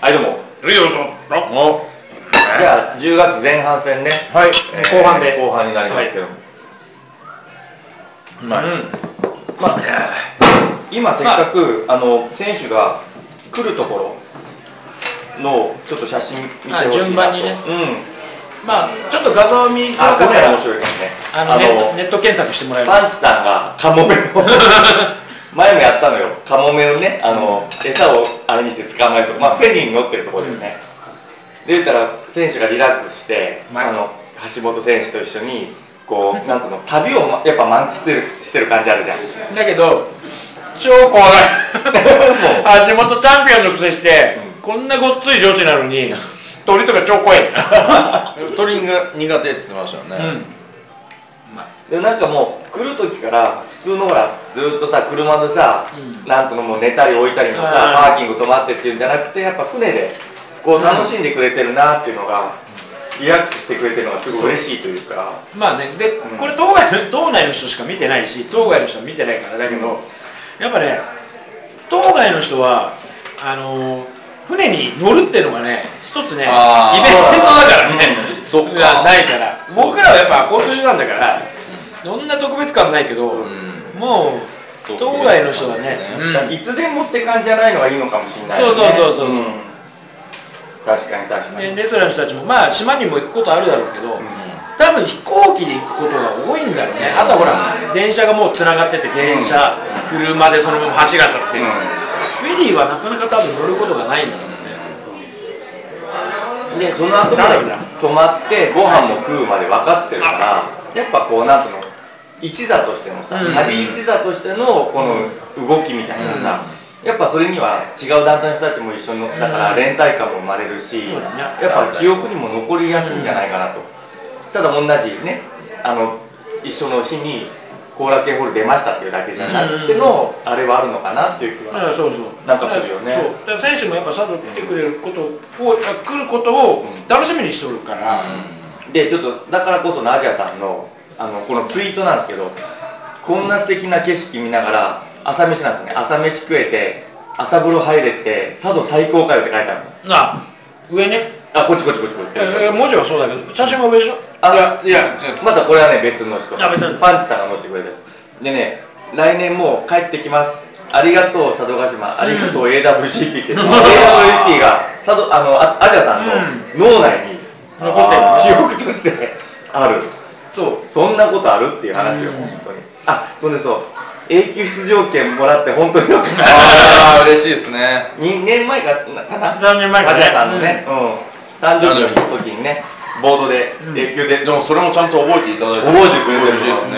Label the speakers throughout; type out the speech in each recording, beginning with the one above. Speaker 1: はいどうも
Speaker 2: はいよいしょあ
Speaker 1: おじゃあ10月前半戦ね、
Speaker 2: はい
Speaker 1: えー
Speaker 2: 後半で
Speaker 1: 後半になりますけども、
Speaker 2: ま
Speaker 1: うんまあ今せっかく、あ、の選手が来るところのちょっと写真見てほしいなと
Speaker 2: あ順番にね
Speaker 1: うん
Speaker 2: まあちょっと画像見づ
Speaker 1: あ
Speaker 2: ら
Speaker 1: こ
Speaker 2: かっ
Speaker 1: れは
Speaker 2: たら
Speaker 1: 面白いですね
Speaker 2: あのねネット検索してもらえる
Speaker 1: パンチさんがカモメを前もやったのよカモメをねあの餌をあれにして捕まえるとまあフェリーに乗ってるところですね、で言ったら選手がリラックスして、
Speaker 2: はい
Speaker 1: あの橋本選手と一緒にこうなんつうの旅をまやっぱ満喫してるしてる感じあるじゃん
Speaker 2: だけど超怖い 橋本チャンピオンのくせして、こんなごっつい上司なのに鳥とか超怖い
Speaker 3: トリング苦手って言ってましたよね、
Speaker 1: でなんかもう来る時から普通のほらずっとさ車でさ、
Speaker 2: う
Speaker 1: なんとのもう寝たり置いたりのさ
Speaker 2: あー
Speaker 1: パーキング止まってっていうんじゃなくてやっぱ船でこう楽しんでくれてるなっていうのが、リラックスしてくれてるのがすごい嬉しいというか
Speaker 2: まあねで、
Speaker 1: ん
Speaker 2: これ島外島内の人しか見てないし島外の人は見てないからだけど、やっぱね島外の人はあのー船に乗るっていうのがね一つねイベントだ
Speaker 3: あー
Speaker 2: からね、
Speaker 3: うんそっか
Speaker 2: がないから僕らはやっぱ交通手段だからどんな特別感ないけど、
Speaker 3: ん
Speaker 2: もう島外の人はね
Speaker 3: 特別感
Speaker 2: うん
Speaker 1: いつでもって感じじゃないのがいいのかもしれない、
Speaker 2: そうそうそうそうそうん
Speaker 1: 確かに確かに、
Speaker 2: ね、レストランの人たちも、まあ、島にも行くことあるだろうけど、多分飛行機で行くことが多いんだろうね、あとはほら、電車がもうつながってて、電車、車でそのまま橋が立って、
Speaker 1: うん
Speaker 2: フェリーはなかなか多分乗ることがないんだろうね、
Speaker 1: でその後も
Speaker 2: なんだ
Speaker 1: 泊まってご飯も食うまで分かってるからやっぱこうなんていうの一座としてのさ、
Speaker 2: うん
Speaker 1: 旅一座としてのこの動きみたいなさ、やっぱそれには違う団体の人たちも一緒に乗ったから
Speaker 2: うん
Speaker 1: 連帯感も生まれるし、
Speaker 2: そうだね
Speaker 1: やっぱ記憶にも残りやすいんじゃないかなと、ただ同じねあの一緒の日に後楽園ホール出ましたっていうだけじゃなくての、あれはあるのかなっていう気
Speaker 2: だか
Speaker 1: は、
Speaker 2: らそうそう、
Speaker 1: なんかするよね
Speaker 2: そうだから選手もやっぱ佐渡来てくれることを、あ来ることを楽しみにしておるから、
Speaker 1: でちょっとだからこそのアジアさんのあのこのツイートなんですけどこんな素敵な景色見ながら朝飯なんですね朝飯食えて朝風呂入れて佐渡最高かよって書いてあるの
Speaker 2: なあ上ね、
Speaker 1: あこっちこっちこっちこっち
Speaker 2: えー文字はそうだけど、写真は上でしょ、
Speaker 1: あ
Speaker 3: いやいや違う
Speaker 1: またこれはね別の人
Speaker 2: あ別の
Speaker 1: パンチさんが載せてくれたやつでね来年もう帰ってきますありがとう佐渡島ありがとう AWGP って、AWGP が佐渡あのあアジアさんの脳内に
Speaker 2: 残ってる
Speaker 1: 記憶としてある
Speaker 2: そう、
Speaker 1: そんなことあるっていう話よ、
Speaker 2: うん
Speaker 1: 本当に。あ、そんでそう、永久出場権もらって本当によかった。
Speaker 3: ああ嬉しいですね
Speaker 1: 2年前かな、かな
Speaker 2: 何年前かね
Speaker 1: 梶谷さんのね、うん、誕生日の時にね、ボードで
Speaker 2: うん
Speaker 1: 永久で、
Speaker 3: でもそれもちゃんと覚えていただいて
Speaker 1: 覚えてくれてる
Speaker 3: 嬉しいですね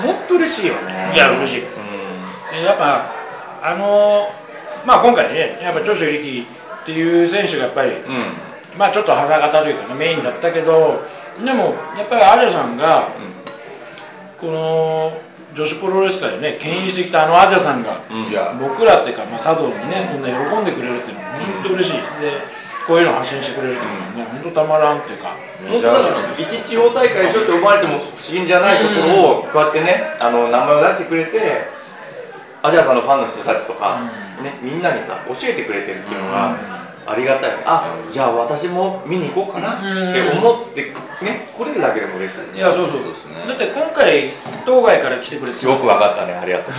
Speaker 1: 本当嬉しいよね。
Speaker 2: いや嬉しい
Speaker 1: うん
Speaker 2: えーやっぱあのーまあ今回ねやっぱ長州力っていう選手がやっぱり、まあちょっと花形というかねメインだったけどでもやっぱりアジャさんが、この女子プロレス界でね牽引してきたあのアジャさんが、
Speaker 1: うん
Speaker 3: いや
Speaker 2: 僕らっていうか、まあ、佐藤にねこんな喜んでくれるっていうのは本当嬉しい、でこういうのを発信してくれるっていうのはね本当たまらんっていうか、
Speaker 1: 本当だから、一地方大会でしょって思われても不思議じゃないところを、こうやってね、あの名前を出してくれて、アジアさんのファンの人たちとか、ね、みんなにさ、教えてくれてるっていうのが、ありがたいよね、あじゃあ私も見に行こうかなって思って、ね、これだけでも嬉しい。
Speaker 2: いやそうそう
Speaker 3: ですね
Speaker 2: だって今回当該から来てくれて
Speaker 1: よくわかったね、ありがとう。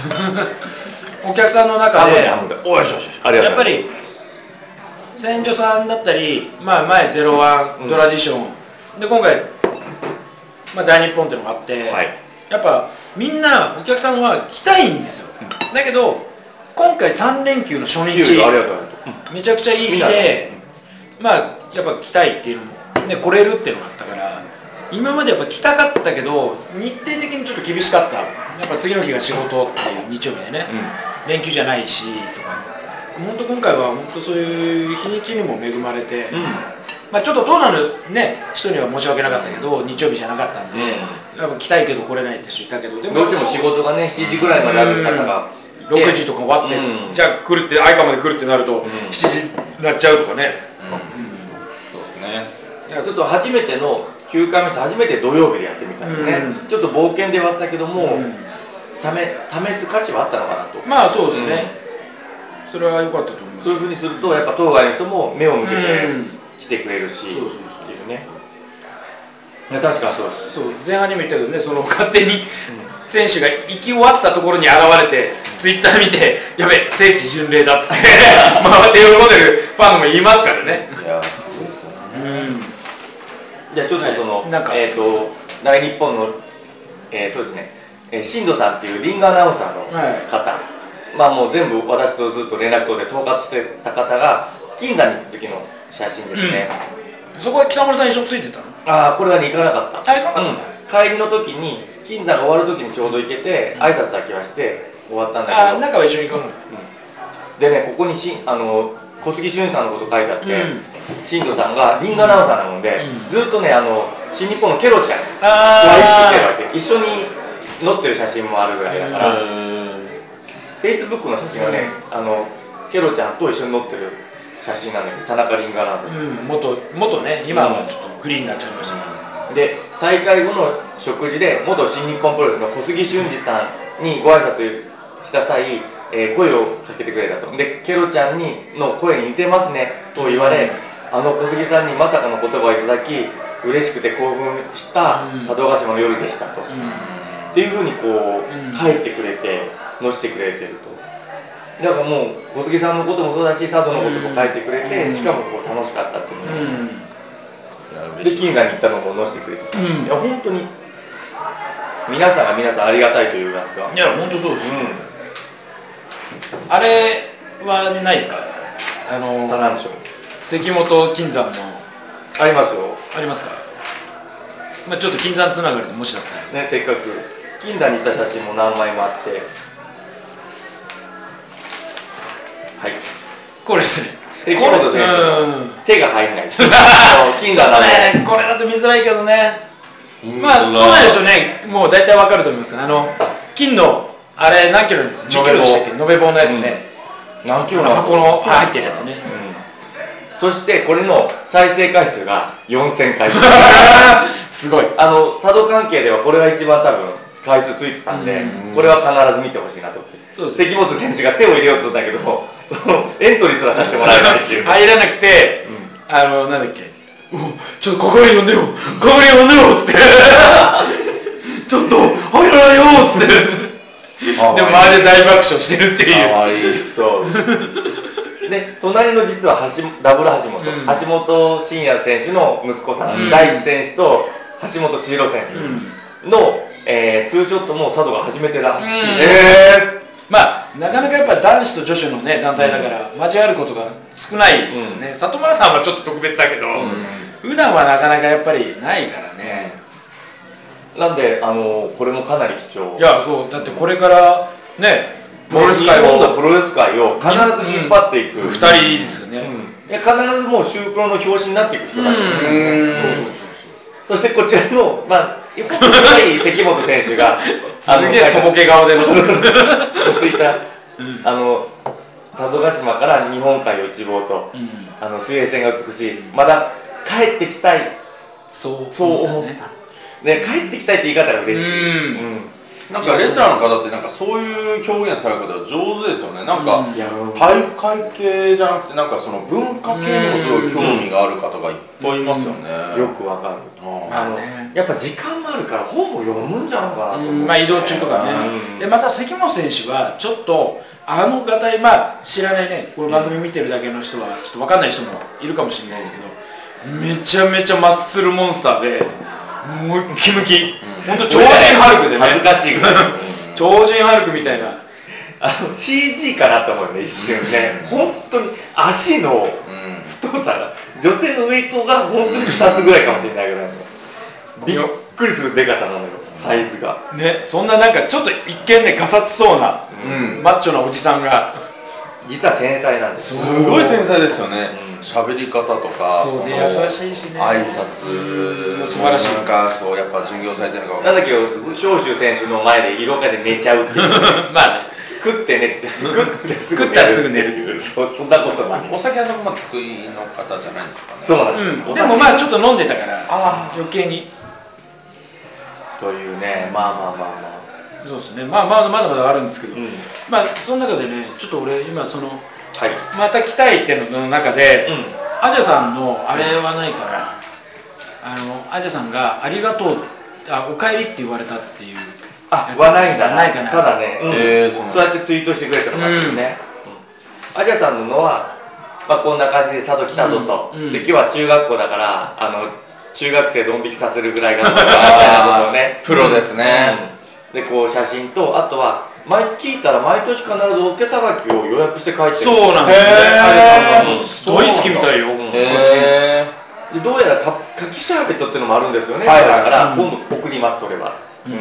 Speaker 2: お客さんの中
Speaker 1: あ
Speaker 2: で
Speaker 1: のね、おいしょしょしょ、ありがと
Speaker 2: や
Speaker 1: う。
Speaker 2: っぱり千住さんだったり、まあ、前「ゼロワ
Speaker 1: うん
Speaker 2: ンドラディション、で今回、まあ、大日本っていうのがあって、
Speaker 1: はい
Speaker 2: やっぱみんなお客さんは来たいんですよ、だけど今回3連休の初
Speaker 1: いいよいい
Speaker 2: 日
Speaker 1: よありがとう、ありがとう。
Speaker 2: めちゃくちゃいい日でまあやっぱ来たいっていうのも、ね、来れるっていうのがあったから今までやっぱ来たかったけど日程的にちょっと厳しかったやっぱ次の日が仕事っていう日曜日でね、連休じゃないしとか本当今回は本当そういう日にちにも恵まれて、
Speaker 1: うん
Speaker 2: まあ、ちょっとどうなるね人には申し訳なかったけど日曜日じゃなかったんで、
Speaker 1: う
Speaker 2: やっぱ来たいけど来れないって人いたけどで
Speaker 1: どっちも仕事がね、7時ぐらいまである方が、
Speaker 2: 6時とか終わって、
Speaker 1: うん
Speaker 2: じゃあ来るって相川まで来るってなると、
Speaker 1: ん
Speaker 2: 7時なっちゃうとかね、
Speaker 3: そうですね。
Speaker 1: ちょっと初めての9回目です初めて土曜日でやってみたんでね、
Speaker 2: う
Speaker 1: ちょっと冒険ではあったけども、
Speaker 2: うん
Speaker 1: ため試す価値はあったのかなと、
Speaker 2: まあそうですね、それは良かったと思います
Speaker 1: そういうふうにするとやっぱ当該の人も目を向けて
Speaker 2: うん
Speaker 1: 来てくれるし、
Speaker 2: そうそうそう
Speaker 1: っていうねいや確かにそうです
Speaker 2: そう前半にも言ったけどねその勝手に選手が行き終わったところに現れて、ツイッター見てやべえ聖地巡礼だっつって 回って喜んでるファンもいますからね
Speaker 3: いやー、すごいですよね。
Speaker 2: うん
Speaker 1: じゃあちょっとその、
Speaker 2: はいなんか
Speaker 1: えっ、と大日本の、えーそうですね、えー、新藤さんっていうリングアナウンサーの
Speaker 2: はい
Speaker 1: 方、まあもう全部私とずっと連絡取って統括してた方が金山に行った時の写真ですね、
Speaker 2: そこは北村さん一緒についてたの
Speaker 1: ああこれはね行かなかった
Speaker 2: あ行かなかったんだ
Speaker 1: うん、帰りの時に金山が終わる時にちょうど行けて挨拶だけはして終わったんだけど
Speaker 2: あ中は一緒に行かなかっ
Speaker 1: でね、ここにしあの小杉旬さんのこと書いてあって、
Speaker 2: うん
Speaker 1: 新藤さんがリンガアナウンサーなもんで、
Speaker 2: うん
Speaker 1: ずっとね、あの新日本のケロちゃんが
Speaker 2: たあ
Speaker 1: 意識してるわけ、一緒に載ってる写真もあるぐらいだから、フェイスブックの写真はね、あのケロちゃんと一緒に載ってる写真なんだけど、田中リンガアナウンサー、
Speaker 2: うん元元ね今はちょっとフリーになっちゃいましたけど
Speaker 1: で、大会後の食事で、元新日本プロレスの小杉俊二さんにご挨拶した際、えー声をかけてくれたと、で、ケロちゃんにの声に似てますねと言われ、あの小杉さんにまさかの言葉をいただき、嬉しくて興奮した
Speaker 2: うん
Speaker 1: 佐渡島の夜でしたと。っていうふうにこ
Speaker 2: うん
Speaker 1: う、書いてくれて、載せてくれてると。だからもう、小杉さんのこともそうだし、佐渡のことも書いてくれ
Speaker 2: う
Speaker 1: て、
Speaker 2: ん
Speaker 1: しかもこう楽しかったっていうのが
Speaker 2: うん、うん
Speaker 3: いやー、
Speaker 1: で
Speaker 3: 嬉しい。
Speaker 1: 金山に行ったのも載せてくれてさ、
Speaker 2: うん
Speaker 1: いや本当に皆さんが皆さんありがたいというかさ、
Speaker 2: いや本当そうです、
Speaker 1: う
Speaker 2: あれはないですか
Speaker 1: ん、さ
Speaker 2: あ
Speaker 1: あ
Speaker 2: の
Speaker 1: なんでしょう
Speaker 2: 関本金山の
Speaker 1: ありますよ、
Speaker 2: ありますか、まあ、ちょっと金山つながりでもしだったら
Speaker 1: ね、せっかく金山に行った写真も何枚もあってはい
Speaker 2: これですね
Speaker 1: 関
Speaker 2: これ
Speaker 1: 本選手
Speaker 2: うん
Speaker 1: 手が入んない 金
Speaker 2: ちょ
Speaker 1: 山な
Speaker 2: っと
Speaker 1: の
Speaker 2: ねこれだと見づらいけどねまあ
Speaker 3: う
Speaker 2: どうんなんでしょうねもう大体わかると思いますあの金のあれ何キロです
Speaker 1: 延
Speaker 2: 10
Speaker 1: べ棒
Speaker 2: キロでしたっけ延べ棒のやつね、
Speaker 1: 何キ
Speaker 2: あ
Speaker 1: ロ
Speaker 2: の
Speaker 1: なの
Speaker 2: 箱の入ってるやつね
Speaker 1: うんそしてこれの再生回数が4000回
Speaker 2: すごい
Speaker 1: あの佐渡関係ではこれが一番多分回数ついてたんで、
Speaker 3: ん
Speaker 1: これは必ず見てほしいなと思って
Speaker 2: そうですね
Speaker 1: 関本選手が手を入れようとしたけどそのエントリーすらさせてもらえないって いう、
Speaker 2: 入らなくて、あのなんだっけおちょっとここに呼んでよここに呼んで よっつってちょっと入らないよっつってでも周りで大爆笑してるっていう
Speaker 3: かわいい。
Speaker 1: そうで隣の実は橋ダブル橋本、
Speaker 2: うん
Speaker 1: 橋本真也選手の息子さん、
Speaker 2: うん
Speaker 1: 大地選手と橋本千尋選手の、えーツーショットも佐渡が初めてらしい、
Speaker 2: うん
Speaker 1: え
Speaker 2: まあなかなかやっぱ男子と女子のね団体だから交わることが少ないですよね、里村さんはちょっと特別だけど、普段はなかなかやっぱりないからね
Speaker 1: ーなんであのこれもかなり貴重
Speaker 2: いやそうだってこれからねプ
Speaker 1: プロ
Speaker 2: ロレ
Speaker 1: レス
Speaker 2: ス
Speaker 1: 界
Speaker 2: 界
Speaker 1: を
Speaker 2: を
Speaker 1: プロレス界を必ず引っ張っていく、
Speaker 2: 2人ですよね、
Speaker 1: うんで必ずもうシュープロの表紙になっていく人たちですよね、
Speaker 2: うんそうそ
Speaker 1: そ
Speaker 2: う
Speaker 1: してこちらの、まあ、よくない関本選手が
Speaker 2: そう すげえとぼけ顔で乗ってる
Speaker 1: ついたあの佐渡島から日本海を一望と、あの水平線が美しいまだ帰ってきたい
Speaker 2: そう
Speaker 1: そう思った、ね帰ってきたいって言い方が嬉しい、
Speaker 2: うん
Speaker 3: なんかレスラーの方ってなんかそういう表現される方上手ですよね。なんか
Speaker 2: うん
Speaker 1: いやうん
Speaker 3: 体育会系じゃなくてなんかその文化系にもすごい興味がある方がいっぱいいますよね。
Speaker 1: よくわかる
Speaker 3: あ
Speaker 1: あの、
Speaker 2: まあね
Speaker 1: やっぱ時間もあるから本を読むんじゃないかなと思う、
Speaker 2: まあ移動中とかね、
Speaker 1: うん
Speaker 2: でまた関本選手はちょっとあの方まあ知らないねこの番組見てるだけの人はちょっと分かんない人もいるかもしれないですけどめちゃめちゃマッスルモンスターでムッキムキ、ほんと超人ハルクで
Speaker 1: 恥ず
Speaker 2: ね
Speaker 1: かしいぐらい
Speaker 2: 超人ハルクみたいな
Speaker 1: あの CG かなと思うね一瞬ね本当に足の
Speaker 3: ーうん
Speaker 1: 太さが女性のウェイトが本当に2つぐらいかもしれないぐらいのびっくりする出方なのよサイズが
Speaker 2: ねそんななんかちょっと一見ねガサツそうな、
Speaker 3: うん
Speaker 2: マッチョなおじさんが
Speaker 1: 実は繊細なんです
Speaker 3: すごい繊細ですよね
Speaker 1: うん
Speaker 3: 喋、り方とか
Speaker 2: そうね
Speaker 3: の
Speaker 2: 優しいしね
Speaker 3: 挨拶
Speaker 2: 素晴らしい
Speaker 3: なんかそうやっぱ巡業されてるのか分
Speaker 1: な
Speaker 3: か
Speaker 1: ん
Speaker 3: んな
Speaker 1: だ
Speaker 3: い
Speaker 1: けど長州選手の前で色化で寝ちゃうっていう
Speaker 2: まあね
Speaker 1: 食って寝て食ってすぐ
Speaker 2: 食ったらすぐ寝る
Speaker 1: っていうそうそんなことがありま
Speaker 3: お
Speaker 1: す
Speaker 3: 酒はそこまで得意の方じゃないんです
Speaker 1: そ
Speaker 3: かね
Speaker 1: うなんです、
Speaker 2: うん、でもまあちょっと飲んでたから
Speaker 1: あ
Speaker 2: 余計に
Speaker 1: あというねまあまあまあまあ
Speaker 2: そうですねまあまあまだまだあるんですけど、
Speaker 1: うん
Speaker 2: まあその中でねちょっと俺今その
Speaker 1: はい
Speaker 2: また来たいってのの中で、
Speaker 1: うん
Speaker 2: アジャさんのあれはないから、あのアジャさんが「ありがとう」あ「おかえり」って言われたっていう
Speaker 1: あはないんだ
Speaker 2: ないかな
Speaker 1: ただね、うん
Speaker 3: えーそうなんだ
Speaker 1: そうやってツイートしてくれたのがあってね、うんアジャさんののは、まあ、こんな感じで佐渡来たぞと、
Speaker 2: うんうん
Speaker 1: で今日は中学校だからあの中学生ドン引きさせるぐらいが
Speaker 3: あー
Speaker 1: ね
Speaker 3: プロですね、
Speaker 1: うんでこう写真とあとは毎聞いたら毎年必ずおけさがきを予約して書いてる
Speaker 2: そうなん
Speaker 1: で
Speaker 2: ですね
Speaker 3: へー
Speaker 2: アジャさん
Speaker 1: そう
Speaker 2: の
Speaker 1: なんだ
Speaker 2: 大好きみたいよ、
Speaker 1: うん
Speaker 3: へ
Speaker 1: でどうやらか柿シャーベットってのもあるんですよね、
Speaker 3: はいは
Speaker 1: だ
Speaker 3: い
Speaker 1: から
Speaker 2: うん
Speaker 1: 今度送りますそれは、
Speaker 2: うん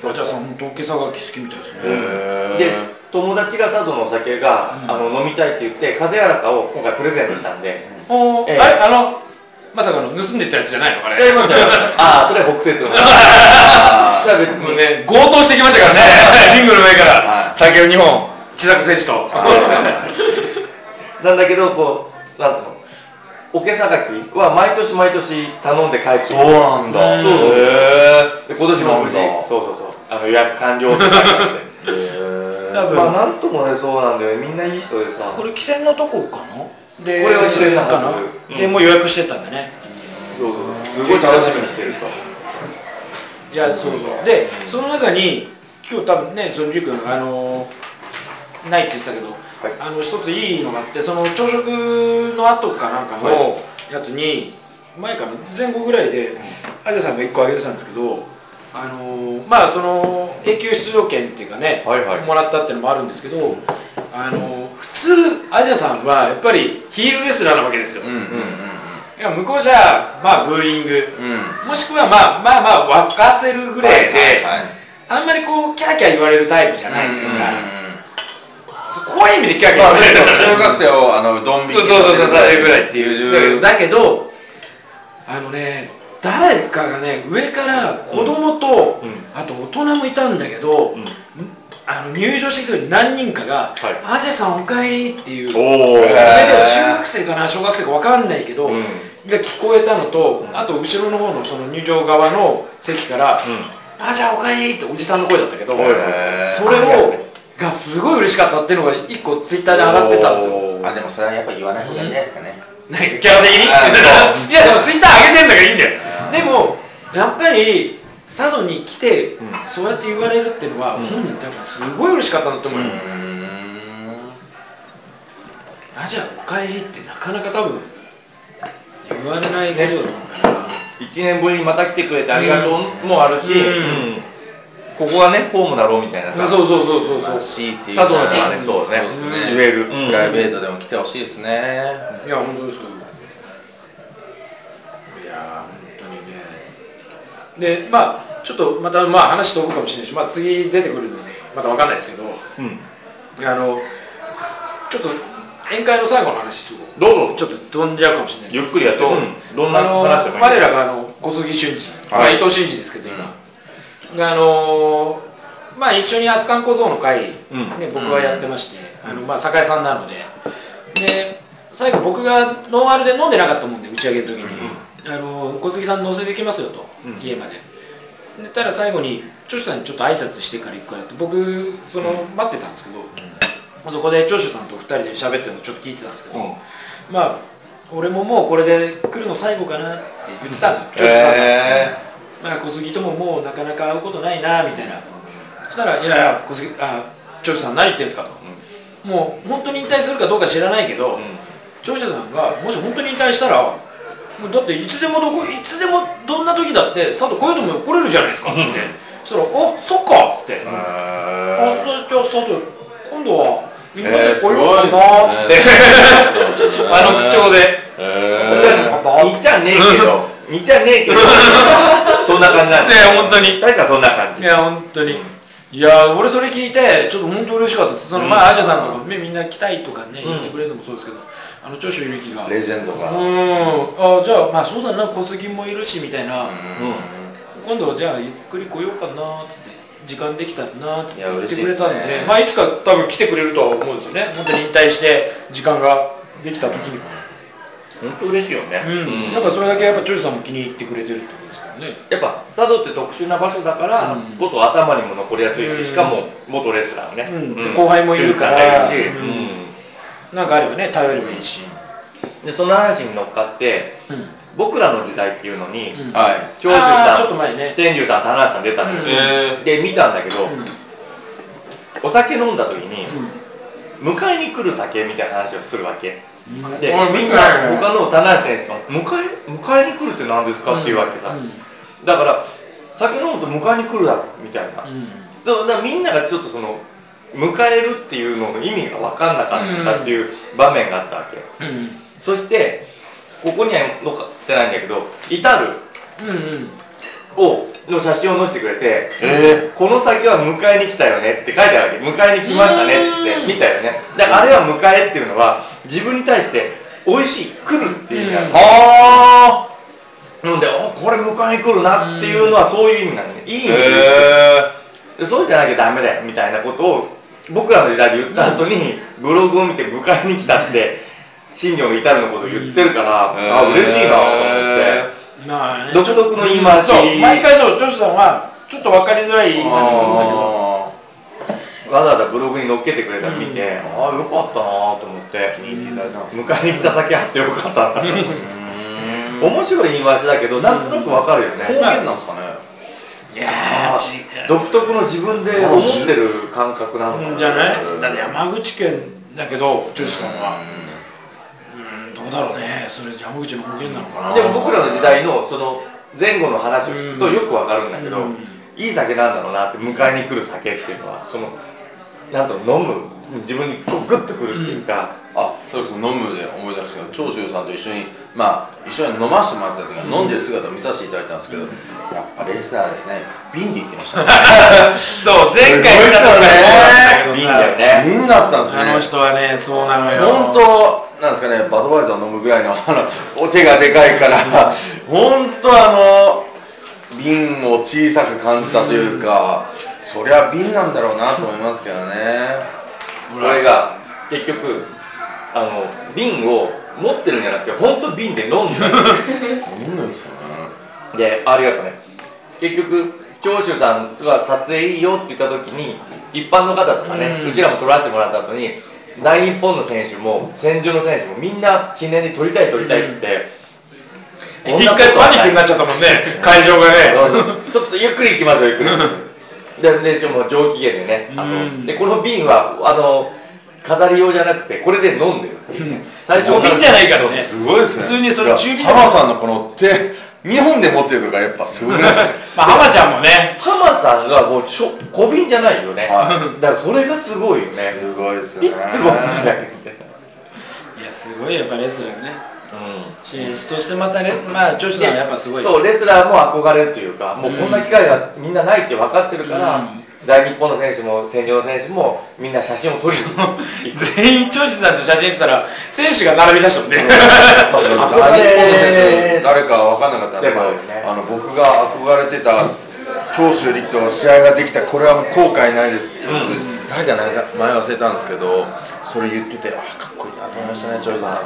Speaker 1: そう
Speaker 2: アジャさん本当大きさが好きみたいですね
Speaker 3: え、へ
Speaker 1: で
Speaker 3: え
Speaker 1: 友達が佐渡のお酒が、
Speaker 2: うん
Speaker 1: あの飲みたいって言って風やらかを今回プレゼントしたんで、
Speaker 2: おー
Speaker 1: ええ
Speaker 2: あれあのまさかの盗んでったやつじゃないのあれ
Speaker 1: 違いますよああそれは北節 の
Speaker 3: あ
Speaker 1: それは別
Speaker 2: もう
Speaker 1: に
Speaker 2: ね強盗してきましたからねリングの上から
Speaker 3: はい
Speaker 2: 酒を2本千作選手と
Speaker 1: なんだけどこうなんつうのおけさがきは毎年毎年頼んで帰って
Speaker 3: そうなんだ
Speaker 1: う
Speaker 3: へ
Speaker 1: んで今年も無事
Speaker 3: そうなんだ
Speaker 1: そうそうそうあの予約完了って書いて あって
Speaker 3: え
Speaker 2: 多分
Speaker 1: まあなんともねそうなんだよねみんないい人でさ
Speaker 2: これ汽船のとこかなで
Speaker 1: これは汽船のはず
Speaker 2: かなで
Speaker 1: うん
Speaker 2: もう予約してたんだね
Speaker 1: そうそうすごい楽しみにしてると
Speaker 2: いやそうそうでその中に今日多分ねそのりゅうくんあのーないって言ってたけど、あの一ついいのがあってその朝食の後かなんかの
Speaker 1: は
Speaker 2: やつに、前かな前後ぐらいでアジャさんが1個あげてたんですけどあのーまあその永久出場権っていうかね、
Speaker 1: はいはい
Speaker 2: もらったっていうのもあるんですけどあのー普通アジャさんはやっぱりヒールレスラーなわけですよ、
Speaker 3: うんうんうん
Speaker 2: いや向こうじゃまあブーイング、
Speaker 3: うん
Speaker 2: もしくはまあまあまあ沸かせるぐらいで、
Speaker 3: はいはい
Speaker 2: あんまりこうキャーキャー言われるタイプじゃないというか、
Speaker 3: ま
Speaker 2: そう怖い意味でキャーキャー
Speaker 3: あ
Speaker 2: 言われる
Speaker 3: 中学生をあのドン引き
Speaker 2: そうそうそうそう大丈夫ぐらいっていううだけどあのね誰かがね上から子供と、
Speaker 1: うん
Speaker 2: あと大人もいたんだけど、
Speaker 1: うん
Speaker 2: あの入場してきた時に何人かが「
Speaker 1: は
Speaker 2: アジェさんおかえり」っていうそれで
Speaker 1: お
Speaker 3: ー
Speaker 2: 中学生かな小学生か分かんないけど、
Speaker 1: うん
Speaker 2: が聞こえたのと、
Speaker 1: うん
Speaker 2: あと後ろの方のその入場側の席から「あじゃあおかえり」っておじさんの声だったけど、
Speaker 1: はいはい
Speaker 2: それをがすごい嬉しかったっていうのが一個ツイッターで上がってたんですよ
Speaker 3: あでもそれはやっぱ言わない方がいいんじゃないですかね
Speaker 2: 何かキャラ的に
Speaker 3: あそ
Speaker 2: いやでもツイッター上げてんだからいいんだよでもやっぱり佐渡に来て、
Speaker 1: うん
Speaker 2: そうやって言われるっていうのは、
Speaker 1: うん
Speaker 2: 本人多分すごい嬉しかったんだと思うよ、
Speaker 3: うーん
Speaker 2: あじゃあおかえりってなかなか多分言われないことだと思うから、
Speaker 1: 1年ぶりにまた来てくれてありがとうもあるし、
Speaker 2: うん
Speaker 1: うんここがねホームだろうみたいな
Speaker 2: そ
Speaker 1: さ
Speaker 2: うそうそうそうそう
Speaker 3: らしいっていう
Speaker 1: 佐渡の人はねそうね
Speaker 3: です
Speaker 1: 言える、
Speaker 3: プライベートでも来てほしいですね
Speaker 2: いや、本当ですよ。いやー、本当にね。で、まあ、ちょっとまた、まあ、話飛ぶかもしれないし、まあ、次出てくるので、またわかんないですけど、あ
Speaker 1: うん
Speaker 2: の、ちょっと宴会の最後の話を、
Speaker 1: どうぞ
Speaker 2: ちょっと飛んじゃうかもしれないです
Speaker 1: ゆっくりやってうんどんな
Speaker 2: あの
Speaker 1: 話でもいい
Speaker 2: 我らがあの小杉俊二、ま
Speaker 3: はい
Speaker 2: あ伊藤俊二ですけど、今。があのーまあ、一緒に熱燗小僧の会、ね
Speaker 1: うん
Speaker 2: 僕はやってまして、あのまあ、酒屋さんなのでで最後僕がノンアルで飲んでなかったもんで打ち上げの時に、あのー小杉さん乗せてきますよと、
Speaker 1: うん
Speaker 2: 家まででただ最後に長州さんにちょっと挨拶してから行くからって僕その、待ってたんですけど、そこで長州さんと2人で喋ってるのをちょっと聞いてたんですけど、
Speaker 1: うん
Speaker 2: まあ俺ももうこれで来るの最後かなって言ってたんですよ、長州さんが
Speaker 3: え
Speaker 2: なんか小杉とももうなかなか会うことないなみたいな、そしたら「いやいや小杉あ長州さん何言ってんですか」と、もう本当に引退するかどうか知らないけど、長州さんがもし本当に引退したらもうだっていつでもどこいつでもどんな時だって佐藤こういうとも来れるじゃないですかっつって、そしたら「おそっか」っつって「あ
Speaker 3: ー
Speaker 2: そじゃあ佐藤今度はみんな
Speaker 3: え
Speaker 2: で
Speaker 3: ーす
Speaker 2: 来
Speaker 3: ごい
Speaker 2: ようかな」っつって、
Speaker 3: ですね
Speaker 2: あの口調で。
Speaker 3: えー
Speaker 1: 似ちゃねえけど 似ちゃねえけど そんな感じなん
Speaker 2: ね
Speaker 1: だよ
Speaker 2: 本当に
Speaker 1: 大体そんな感
Speaker 2: い
Speaker 1: じ
Speaker 2: や本当に、いや俺それ聞いてちょっと本当嬉しかったですその、
Speaker 1: うん
Speaker 2: まあアジャさんとかねみんな来たいとかね
Speaker 1: うん
Speaker 2: 言ってくれるのもそうですけど、あの長州力がう
Speaker 3: レジェンドがうん
Speaker 2: んあじゃあまあそうだな小杉もいるしみたいな、今度はじゃあゆっくり来ようかなっつって時間できたらなって言
Speaker 3: いや
Speaker 2: っ
Speaker 3: 嬉
Speaker 2: て
Speaker 3: しい
Speaker 2: くれたんで
Speaker 3: ですね
Speaker 2: まあ、いつか多分来てくれるとは思うんですよね本当に引退して時間ができた時には、
Speaker 1: 本当嬉しいよね、
Speaker 2: うん、だからそれだけやっぱジョージさんも気に入ってくれてるってことですからね
Speaker 1: やっぱ佐渡って特殊な場所だから、
Speaker 2: うん
Speaker 1: こと頭にも残りやすいし、
Speaker 2: うん
Speaker 1: しかも元レスラーね、
Speaker 2: うん後輩もいるから
Speaker 1: 中堅がいるし、
Speaker 2: う
Speaker 1: うんん
Speaker 2: なんかあればね頼ればいいし、
Speaker 1: でその話に乗っかって
Speaker 2: うん
Speaker 1: 僕らの時代っていうのに、
Speaker 2: うん
Speaker 3: はい
Speaker 1: 長州
Speaker 2: あ
Speaker 1: さ
Speaker 2: ー
Speaker 1: ん
Speaker 2: ちょっと前ね
Speaker 1: 天竜さん田中さん出たのよ、
Speaker 2: うん
Speaker 3: え
Speaker 1: で見たんだけど、
Speaker 2: うん
Speaker 1: お酒飲んだ時に、迎えに来る酒みたいな話をするわけ
Speaker 2: うん
Speaker 1: で
Speaker 3: おい
Speaker 1: みん
Speaker 3: 迎え
Speaker 1: な他の田中選手が迎え迎えに来るって何ですかって言われてさ、
Speaker 2: うん
Speaker 1: だから酒飲むと迎えに来るだろみたいな、
Speaker 2: うん
Speaker 1: そうだからみんながちょっとその迎えるっていうのの意味が分かんなかったっていう場面があったわけ、
Speaker 2: うん
Speaker 1: そしてここには載ってないんだけど「至る
Speaker 2: うんうん」
Speaker 1: をの写真を載せてくれて
Speaker 3: ー、え
Speaker 1: この先は迎えに来たよねって書いてあるわけ迎えに来ましたねっ
Speaker 2: う
Speaker 1: て
Speaker 2: ん
Speaker 1: 見たよねだからあれは迎えっていうのは自分に対して美味しい来るっていう意味なん
Speaker 2: うん
Speaker 1: だはあなんであこれ迎えに来るなっていうのはそういう意味なんだねいい意味
Speaker 3: ー、
Speaker 1: で言ってる
Speaker 3: え
Speaker 1: でそうじゃなきゃダメだよみたいなことを僕らの時代で言った後にブログを見て迎えに来たって新庄至るのことを言ってるから、
Speaker 3: ー、
Speaker 1: あ嬉しいなと思って、
Speaker 2: まあね
Speaker 1: 独特の言い回し
Speaker 2: そう毎回そう長州さんはちょっと分かりづらい言い
Speaker 3: あ
Speaker 2: 回しするんだけど
Speaker 1: わざわざブログに載っけてくれたの見て、
Speaker 2: うん
Speaker 1: ああよかったなと思って
Speaker 3: ー気に入っていただいたんですね
Speaker 1: 迎えに来た先あってよかったな
Speaker 3: うーん
Speaker 1: 面白い言い回しだけどなんとなくわかるよね、
Speaker 3: 方言なんですかね
Speaker 2: いやー違う
Speaker 1: 独特の自分で思ってる感覚なのかな、
Speaker 2: うんじゃないだって山口県だけど長州さんはうんどうだろうねそれ山口の方言なのかな
Speaker 1: でも僕らの時代のその前後の話を聞くと
Speaker 2: うん
Speaker 1: よくわかるんだけど、
Speaker 2: うん
Speaker 1: いい酒なんだろうなって迎えに来る酒っていうのはそのなんと飲む自分にこうグッとくるっていうか、
Speaker 3: あそうです飲むで思い出したけど長州さんと一緒にまあ一緒に飲ませてもらった時は飲んでる姿を見させていただいたんですけど、やっぱレスラーですね瓶で言ってましたね
Speaker 1: そう
Speaker 3: 前回来
Speaker 2: も
Speaker 3: た時
Speaker 2: そうだったけど
Speaker 1: いいんだよ
Speaker 2: さ
Speaker 1: ね
Speaker 3: 瓶だったんですね
Speaker 2: あの人はねそうなのよ
Speaker 3: 本当なんですかねバドワイザー飲むぐらいのあのお手がでかいから本当あの瓶を小さく感じたというか、そりゃ瓶なんだろうなと思いますけどね
Speaker 1: これが結局あの瓶を持ってるんじゃなくて本当瓶で飲んで
Speaker 3: 飲んでるんですよね
Speaker 1: でありがとうね結局長州さんが撮影いいよって言った時に一般の方とかね、
Speaker 2: う
Speaker 1: うんちらも撮らせてもらった後に大日本の選手も戦場の選手もみんな記念に撮りたい撮りたいっつって、こん
Speaker 2: 一
Speaker 1: な
Speaker 2: 回
Speaker 1: ことは
Speaker 2: パニッ
Speaker 1: な
Speaker 2: ク
Speaker 1: い
Speaker 2: になっちゃったもんね会場 がね
Speaker 1: ちょっとゆっくり行きましょうゆっくり ででしかも上機嫌でねあ
Speaker 2: う
Speaker 1: の
Speaker 2: ん
Speaker 1: でこの瓶はあの飾り用じゃなくてこれで飲んでるっていうね、最
Speaker 2: もう瓶じゃないからね
Speaker 3: すごいですね
Speaker 2: 普通にそれ
Speaker 3: いや
Speaker 2: 中火で
Speaker 3: 浜さんのこの手2本で持ってるとかやっぱすごいないですか
Speaker 2: まあ浜ちゃんもね
Speaker 1: 浜さんがもうちょ小瓶じゃないよね、
Speaker 3: は
Speaker 1: だからそれがすごいよね
Speaker 3: すごいです
Speaker 1: い
Speaker 3: ね
Speaker 1: つもみたい
Speaker 2: いやすごいやっぱレスラーね
Speaker 1: な
Speaker 2: 選手としてまたねまあ長州さんはやっぱすごい
Speaker 1: そうレスラーも憧れるというかもうこんな機会がみんなないって分かってるから、
Speaker 2: うん
Speaker 1: 大日本の選手も戦場の選手もみんな写真を撮りに行 く
Speaker 2: 全員長州さんと写真撮ってたら選手が並び出したもんね
Speaker 1: まあ
Speaker 3: 日本
Speaker 1: 憧
Speaker 3: 選手
Speaker 1: れ
Speaker 3: 誰か分かんなかったんです けど、
Speaker 1: でもね
Speaker 3: あの僕が憧れてた長州力と試合ができたこれはもう後悔ないですって、誰か前忘れたんですけどそれ言っててあかっこいいなと思いましたね長州さん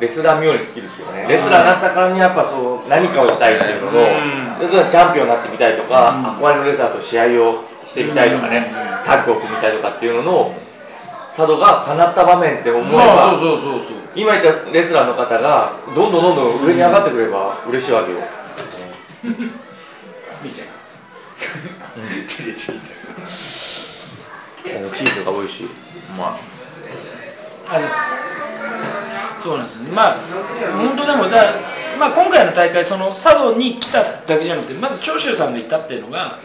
Speaker 1: レスラー妙に尽きるっていうかねレスラーになったからにやっぱそう何かをしたいっていうのと、
Speaker 2: う
Speaker 1: でチャンピオンになってみたいとか、
Speaker 2: うん
Speaker 1: 憧れのレスラーと試合をしてみたいとかね、
Speaker 2: う
Speaker 1: タッグを組みたいとかっていうのの佐渡が叶った場面って思えば、
Speaker 2: そうそうそうそう
Speaker 1: 今言ったレスラーの方がどんどんどんどん上に上がってくれば嬉しいわけよ、
Speaker 2: みーちゃん手でちぎった
Speaker 1: チーズが美味しい
Speaker 3: ま
Speaker 2: あのそうなんですねまあ本当でもだ、まあ、今回の大会その佐渡に来ただけじゃなくてまず長州さんがいたっていうのが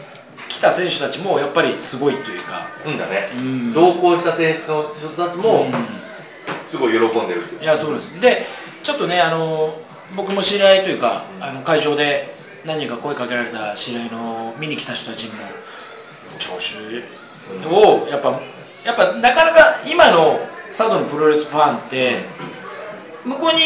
Speaker 2: 来た選手たちもやっぱりすごいというか
Speaker 1: うんだね、
Speaker 2: うん
Speaker 1: 同行した選手の人たちもすごい喜んでるっていう
Speaker 2: いやそうですでちょっとねあの僕も知り合いというかあの会場で何人か声かけられた知り合いの見に来た人たちにも長州をやっぱやっぱなかなか今の佐渡のプロレスファンって向こうに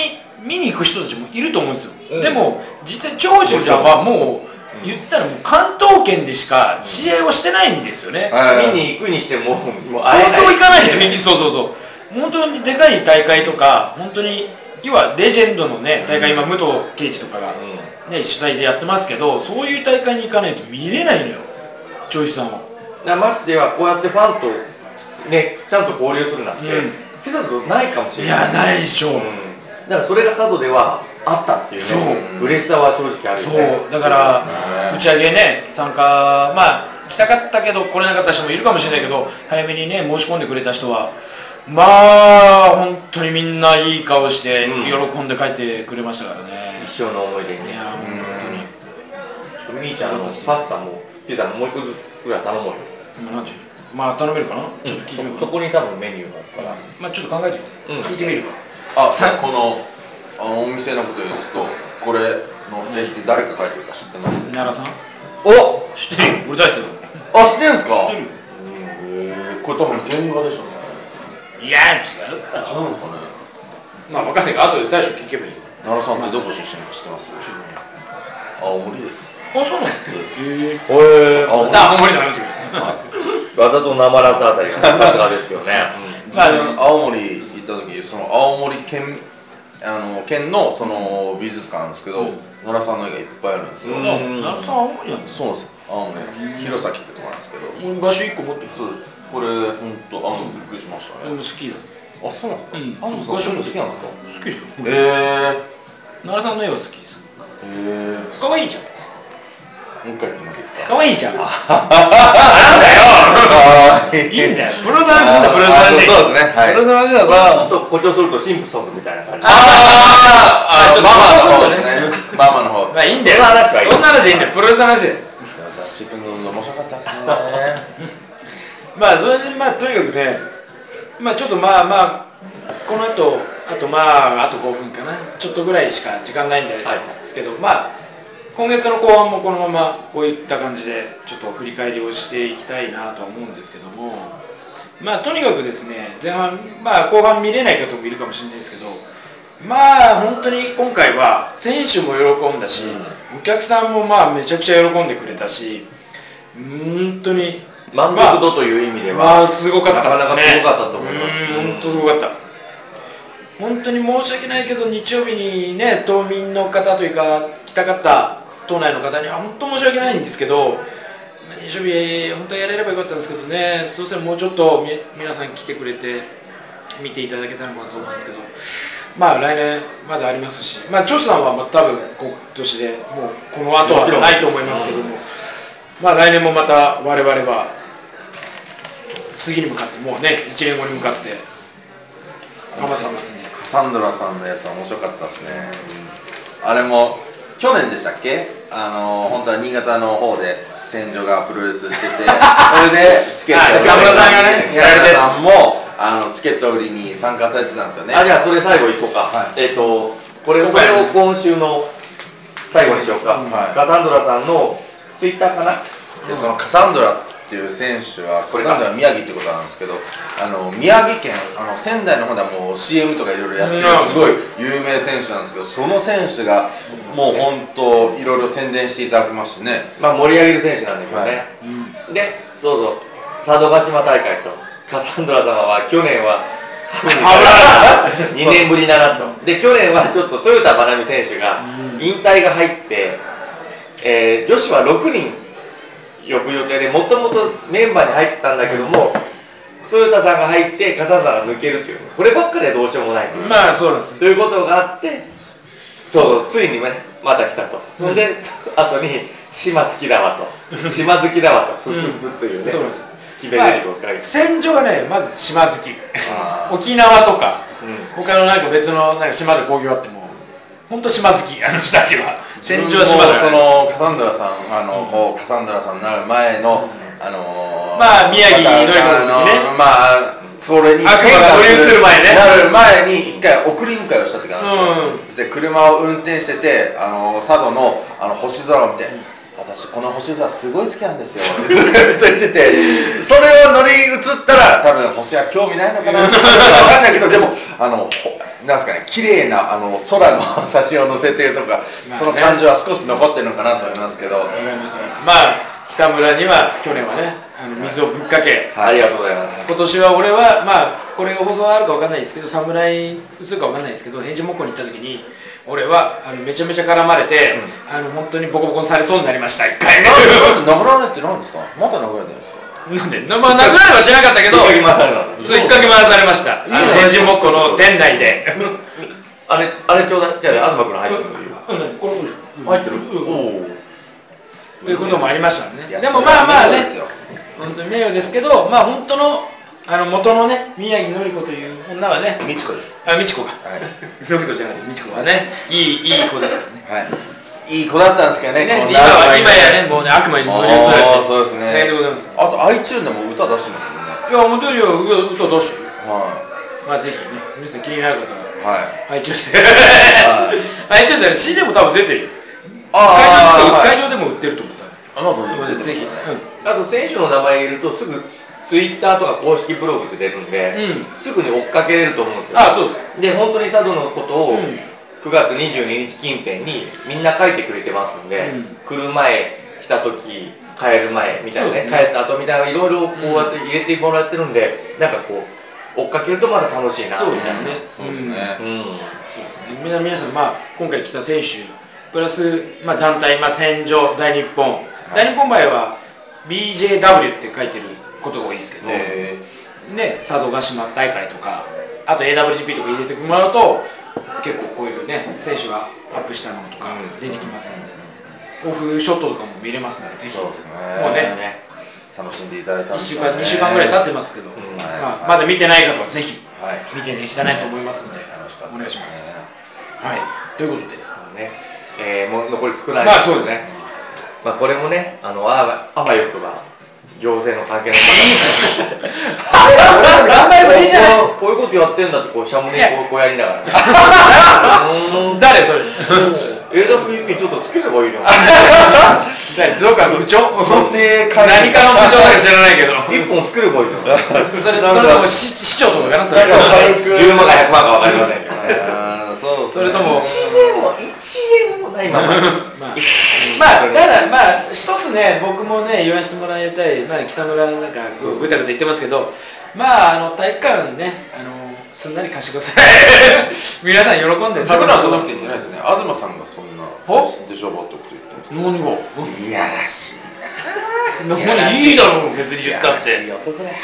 Speaker 2: 見に行く人たちもいると思うんです
Speaker 1: う
Speaker 2: よ、
Speaker 1: ん
Speaker 2: でも実際長州ちゃんはもう言ったらもう関東圏でしか試合をしてないんですよね、
Speaker 3: はい
Speaker 1: 見に行くにしても、もう会え
Speaker 2: 東
Speaker 1: ない。
Speaker 2: 京行かないと見にそうそうそう本当にでかい大会とか本当に要はレジェンドのね大会、今武藤敬司とかが、ね
Speaker 1: うん
Speaker 2: 主催でやってますけどそういう大会に行かないと見れないのよ長州さんは
Speaker 1: だからましてはこうやってファンとねちゃんと交流するなんて、
Speaker 2: うん
Speaker 1: 下手するとないかもし
Speaker 2: い
Speaker 1: れない
Speaker 2: やないでしょ、
Speaker 1: うん、だからそれが佐渡ではあったっていうね
Speaker 2: そう
Speaker 1: 嬉しさは正直あるよね
Speaker 2: そうだから、打ち上げね参加まあ来たかったけど来れなかった人もいるかもしれないけど早めにね申し込んでくれた人はまあ本当にみんないい顔して
Speaker 1: うん
Speaker 2: 喜んで帰ってくれましたからね、
Speaker 1: 一生の思い出に
Speaker 2: い
Speaker 1: ね
Speaker 2: や本
Speaker 1: みーちゃんのパスタもピザももう一個ずつぐらい頼もうよ、
Speaker 2: 当に今なんていうのまあ頼めるかな、ちょっと聞いてみる
Speaker 1: そそ
Speaker 2: か
Speaker 1: こに多分メニューがあるから、
Speaker 2: まあちょっと考えてみ
Speaker 1: うん
Speaker 2: て、聞いてみるか
Speaker 3: あさこのあのお店のこと言うとこれの絵って誰が描いてるか知ってます
Speaker 2: 奈良さん
Speaker 3: お
Speaker 2: 知ってるよ俺大好きだよ
Speaker 3: あ知ってんすか
Speaker 2: 知ってるよ
Speaker 3: えーこれ多分原画でしょうね
Speaker 2: いや違うだろ
Speaker 3: 違うんですかね
Speaker 2: まあ分かんないけど後で大将聞けばいい
Speaker 3: 奈良さんってどこ出身か知ってます青森です
Speaker 2: あそうなんですへえ
Speaker 1: へえ
Speaker 3: 青森
Speaker 2: ああんまりの話だけど
Speaker 1: 和田と生ラサあたりがさすがですよね、
Speaker 3: 自分青森行った時その青森県あの県のその美術館なんですけど、
Speaker 2: うん
Speaker 3: 奈良さんの絵がいっぱいあるんですよ、
Speaker 1: うん
Speaker 2: な奈良さん青森なんです
Speaker 3: そうなんですよ青森の弘前ってとこなんですけど、
Speaker 2: 俺場所一個持ってる
Speaker 3: そうですこれ本当あのびっくりしました
Speaker 2: 俺
Speaker 3: ね
Speaker 2: も好きだ
Speaker 3: あそうなんですか、
Speaker 2: うん
Speaker 3: あそう
Speaker 2: ご一緒に
Speaker 3: 好きなんです
Speaker 2: 好
Speaker 3: か
Speaker 2: きだよ
Speaker 3: えー、
Speaker 2: 奈良さんの絵は好きです
Speaker 3: えー、
Speaker 2: 可
Speaker 3: も
Speaker 2: 愛いじゃん
Speaker 3: う一回言ってもいいですか
Speaker 2: 可愛いじゃんい
Speaker 3: あー
Speaker 2: いんだよプロの話なんだプロの
Speaker 3: あ
Speaker 2: 話
Speaker 3: そうそうですねはい
Speaker 2: プロの話
Speaker 1: ち
Speaker 2: だ
Speaker 1: ょ
Speaker 2: か
Speaker 1: っと誇張するとシンプソンズみたいな感じ
Speaker 3: あーあー
Speaker 2: ちょっと
Speaker 3: ママの方です ねママ
Speaker 2: ら
Speaker 3: の方
Speaker 2: まあいいんだ
Speaker 1: そん
Speaker 2: よ
Speaker 1: な話はいい
Speaker 2: そんな話いいんだよプロレスの話だよ
Speaker 3: 雑誌君の面白かったですね
Speaker 2: まあそれでまあとにかくねまあちょっとまあまあこの後あとまああと5分かなちょっとぐらいしか時間ないんで
Speaker 1: はい
Speaker 2: ですけど、まあ今月の後半もこのままこういった感じでちょっと振り返りをしていきたいなとは思うんですけどもまあとにかくですね前半まあ後半見れない方もいるかもしれないですけどまあ本当に今回は選手も喜んだし、お客さんもまあめちゃくちゃ喜んでくれたし本当に
Speaker 1: 満足度という意味では、
Speaker 2: まあすごかったですね
Speaker 1: なかなかすごかったと思います
Speaker 2: うん本当すごかった本当に申し訳ないけど日曜日にね島民の方というか来たかった島内の方には本当申し訳ないんですけどまあ日曜日本当はやれればよかったんですけどねそうしたらもうちょっとみ皆さん来てくれて見ていただけたらなと思うんですけどまあ来年まだありますしまあ長州さんはまあ多分今年でもうこの後はないと思いますけども、まあ来年もまた我々は次に向かってもうね1年後に向かって頑張ってますね
Speaker 3: サンドラさんのやつは面白かったですね、あれも去年でしたっけあの本当は新潟の方で戦場がプロレス しててそれでチケットを
Speaker 2: あ北村さんがね
Speaker 3: 北村さんもあのチケット売りに参加されてたんですよね
Speaker 1: あじゃあそれ最後いこうか、
Speaker 3: は
Speaker 1: えっ、とこれ
Speaker 2: 今
Speaker 1: そ
Speaker 2: 回
Speaker 1: れ
Speaker 2: は
Speaker 1: を今週の最後にしようか、
Speaker 2: うん
Speaker 3: はい
Speaker 1: カサンドラさんのツイッターかな
Speaker 3: でそのカサンドラっていう選手は
Speaker 1: こ
Speaker 3: カ
Speaker 1: れか
Speaker 3: サンドラは宮城ってことなんですけどあの宮城県あの仙台の方ではもう CM とかいろいろやって
Speaker 2: う
Speaker 3: る
Speaker 2: ん
Speaker 3: すごい有名選手なんですけどその選手がもう本当いろいろ宣伝していただきましてね
Speaker 1: まあ盛り上げる選手なんだけどね、
Speaker 3: は
Speaker 1: でそうそう佐渡島大会とカサンドラ様は去年 は2年ぶりだなとで去年はちょっと豊田真奈美選手が
Speaker 2: うん
Speaker 1: 引退が入って、えー女子は6人呼ぶ予定でもともとメンバーに入ってたんだけどもトヨタさんが入って笠原さんが抜けるというこればっかりはどうしようもないという,、
Speaker 2: まあそうなんですね
Speaker 1: ということがあってそうついにねまた来たとそれで、後に島好きだわと島好きだわとふふふというね、
Speaker 2: そうなんです
Speaker 1: 決め台詞を書いて、
Speaker 2: 戦場がねまず島好き
Speaker 3: あー
Speaker 2: 沖縄とか
Speaker 1: うん
Speaker 2: 他のなんか別のなんか島で興行あっても本当島好きあの人たちは戦場は島だから
Speaker 3: そのカサンドラさんあの、こうカサンドラさんになる前の、あのー
Speaker 2: まあ宮城のりこの時ね
Speaker 3: あのまあそれに
Speaker 2: 悪魔が乗り移る前ね
Speaker 3: なる前に一回送り迎えをした時があるんですよ、そして車を運転しててあの佐渡のあの星空を見て、私この星空すごい好きなんですよってずっと言っててそれを乗り移ったら多分星は興味ないのかな分かんないけどでもあのほなんすかね綺麗なあの空の写真を載せてとか、その感情は少し残ってるのかなと思いますけど、
Speaker 2: まあ北村には去年はねあの水をぶっかけ
Speaker 1: ありがとうございます。
Speaker 2: 今年は俺はまあこれが放送あるかわかんないですけど侍映るかわかんないですけど返事木工に行った時に俺はあのめちゃめちゃ絡まれて、あの本当にボコボコにされそうになりました一回ね
Speaker 3: 殴られって何ですかまた殴られてないですか
Speaker 2: なんで、まあ、殴られはしなかったけど
Speaker 1: 引っかき回されたの
Speaker 2: そう引っかき回されましたあの
Speaker 3: いいね
Speaker 2: 返事木工の店内で
Speaker 1: あれ、あれちょうだい。じゃあ、東君入ってる。
Speaker 3: 入ってるおお
Speaker 2: ということもありましたね
Speaker 3: いや
Speaker 2: でもまあまあ
Speaker 3: そ
Speaker 2: ね
Speaker 3: れは名誉ですよ
Speaker 2: 本当に名誉ですけどまあ本当のあの元のね宮城典子という女はね
Speaker 3: みちこです
Speaker 2: あ美智子が
Speaker 3: はい
Speaker 2: 典子じゃなくて美智子はねいいいい子ですからね
Speaker 3: はいいい子だったんですけどね
Speaker 2: ね
Speaker 3: こん
Speaker 2: 今
Speaker 3: な
Speaker 2: は今やねもうね悪魔に乗り移られて
Speaker 3: あーそうですね
Speaker 2: 大変でございます
Speaker 3: あと iTune でも歌出してますもんね
Speaker 2: いや本当によ歌どうしよう
Speaker 3: は
Speaker 2: まあぜひね皆さん気になる方はい
Speaker 3: はい
Speaker 2: iTunes
Speaker 3: は
Speaker 2: で iTunes で CD も多分出てるよ
Speaker 3: あー
Speaker 2: 会場でも会場でも売ってると思う
Speaker 3: あの
Speaker 2: 多
Speaker 3: 後
Speaker 2: 分
Speaker 3: で
Speaker 2: ぜひうん
Speaker 1: あと、選手の名前入れると、すぐ、ツイッターとか公式ブログって出るんで、
Speaker 2: う
Speaker 1: すぐに追っかけれると思うんですよ。
Speaker 2: あそうです
Speaker 1: で、本当に佐渡のことを、
Speaker 2: うん
Speaker 1: 9月22日近辺にみんな書いてくれてますんで、
Speaker 2: うん
Speaker 1: 来る前、来た時、帰る前みたいな
Speaker 2: そう
Speaker 1: ね、
Speaker 2: ですね
Speaker 1: 帰った後みたいな、いろいろこうやって入れてもらってるんで、なんかこう、追っかけるとまだ楽しいな、
Speaker 2: そう
Speaker 1: み
Speaker 2: で
Speaker 1: たいな
Speaker 2: すね
Speaker 3: そうです
Speaker 2: うん
Speaker 3: ね
Speaker 1: うん。
Speaker 2: そうですね。皆皆さん、まあ、今回来た選手、プラス、まあ、団体、まあ、戦場、大日本、大日本場合は BJW って書いてることが多いですけど、
Speaker 1: へ
Speaker 2: ね、佐渡島大会とか、あと AWGP とか入れてもらうと、結構こういうね、選手がアップしたものとか
Speaker 1: うん
Speaker 2: 出てきますんで、オフショットとかも見れますので、ぜひ、
Speaker 3: そうですね
Speaker 2: もうね、
Speaker 1: ね
Speaker 3: 楽しんでいただいた
Speaker 2: 1
Speaker 3: んでし
Speaker 2: 週
Speaker 3: ょうね
Speaker 2: 間、2週間ぐらい経ってますけど、
Speaker 1: ん
Speaker 2: まあ、まだ見てない方はぜひ
Speaker 3: はい
Speaker 2: 見ていただきたいと思いますので、
Speaker 3: 楽しかったですね
Speaker 2: お願いします。はい、ということで。
Speaker 1: ね、えー、もう残り少ない
Speaker 2: まあそうですね。
Speaker 1: まあこれもね、あのあわあわよくば行政の関係の方々。
Speaker 2: 頑張ればいいじゃない
Speaker 1: こうこういうことやってんだってこうシャムにこうこうやりながら、ね。 うーん。
Speaker 2: 誰それ
Speaker 1: エルダフユピちょっとつければ いいの。
Speaker 2: 誰どうか部長
Speaker 3: 本邸会
Speaker 2: 何かの部長だか知らないけど
Speaker 1: 一本つければいいの。
Speaker 2: それそれとも市市長とかかなそれ
Speaker 3: なんか軽く
Speaker 1: 十万か百万かわかりませんけど。
Speaker 3: あーそうです
Speaker 2: そ
Speaker 3: ね
Speaker 2: れとも
Speaker 1: 一円も一円もないまま。
Speaker 2: まあまあただまあ一つね僕もね言わせてもらいたい、まあ、北村なんかこうぐたぐた言ってますけどまああの体育館ねあのすんなり貸してください 皆さん喜んで
Speaker 3: 桜はそんなこと言ってないですね東さんがそんな
Speaker 2: お
Speaker 3: でしょぼっとこと言ってます
Speaker 2: 何が
Speaker 3: いやらしい
Speaker 2: 何いいだろう別に言ったっ
Speaker 3: いやらしてい男だよ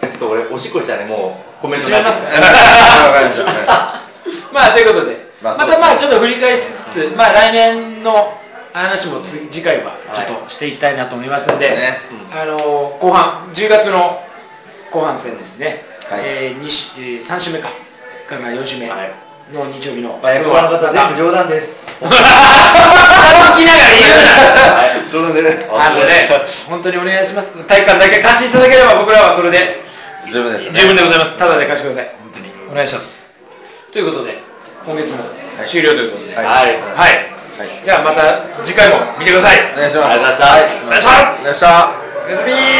Speaker 1: ちょっと俺おしっこしたらねもうコメント
Speaker 2: 閉めますか
Speaker 3: わかりましたは
Speaker 2: まあということで、
Speaker 3: ま
Speaker 2: ま
Speaker 3: あそうです
Speaker 2: たまあちょっと振り返しつつ、まあ来年の話もつ次回はちょっとしていきたいなと思いますんで、
Speaker 3: はいね
Speaker 2: あのー後半10月の後半戦ですね。
Speaker 3: はい
Speaker 2: えー、にしえー3週目かから4週目
Speaker 1: はい
Speaker 2: の日曜日の、
Speaker 1: まあ役場の方全部冗談です。
Speaker 2: 働きながら 言うな。
Speaker 3: い冗談でね
Speaker 2: あのね、本当にお願いします。体育館だけ貸していただければ僕らはそれで。
Speaker 3: 十分ですね
Speaker 2: 十分でございます。ただで貸してください。本当にお願いします。ということで今月も終了ということで、
Speaker 3: はい
Speaker 1: はい
Speaker 2: はい。
Speaker 3: はい
Speaker 2: ではまた次回も見てください。
Speaker 3: お願いします
Speaker 1: ありがとうございました
Speaker 3: はいすません
Speaker 2: お願いします
Speaker 3: お願いします
Speaker 2: おやすみー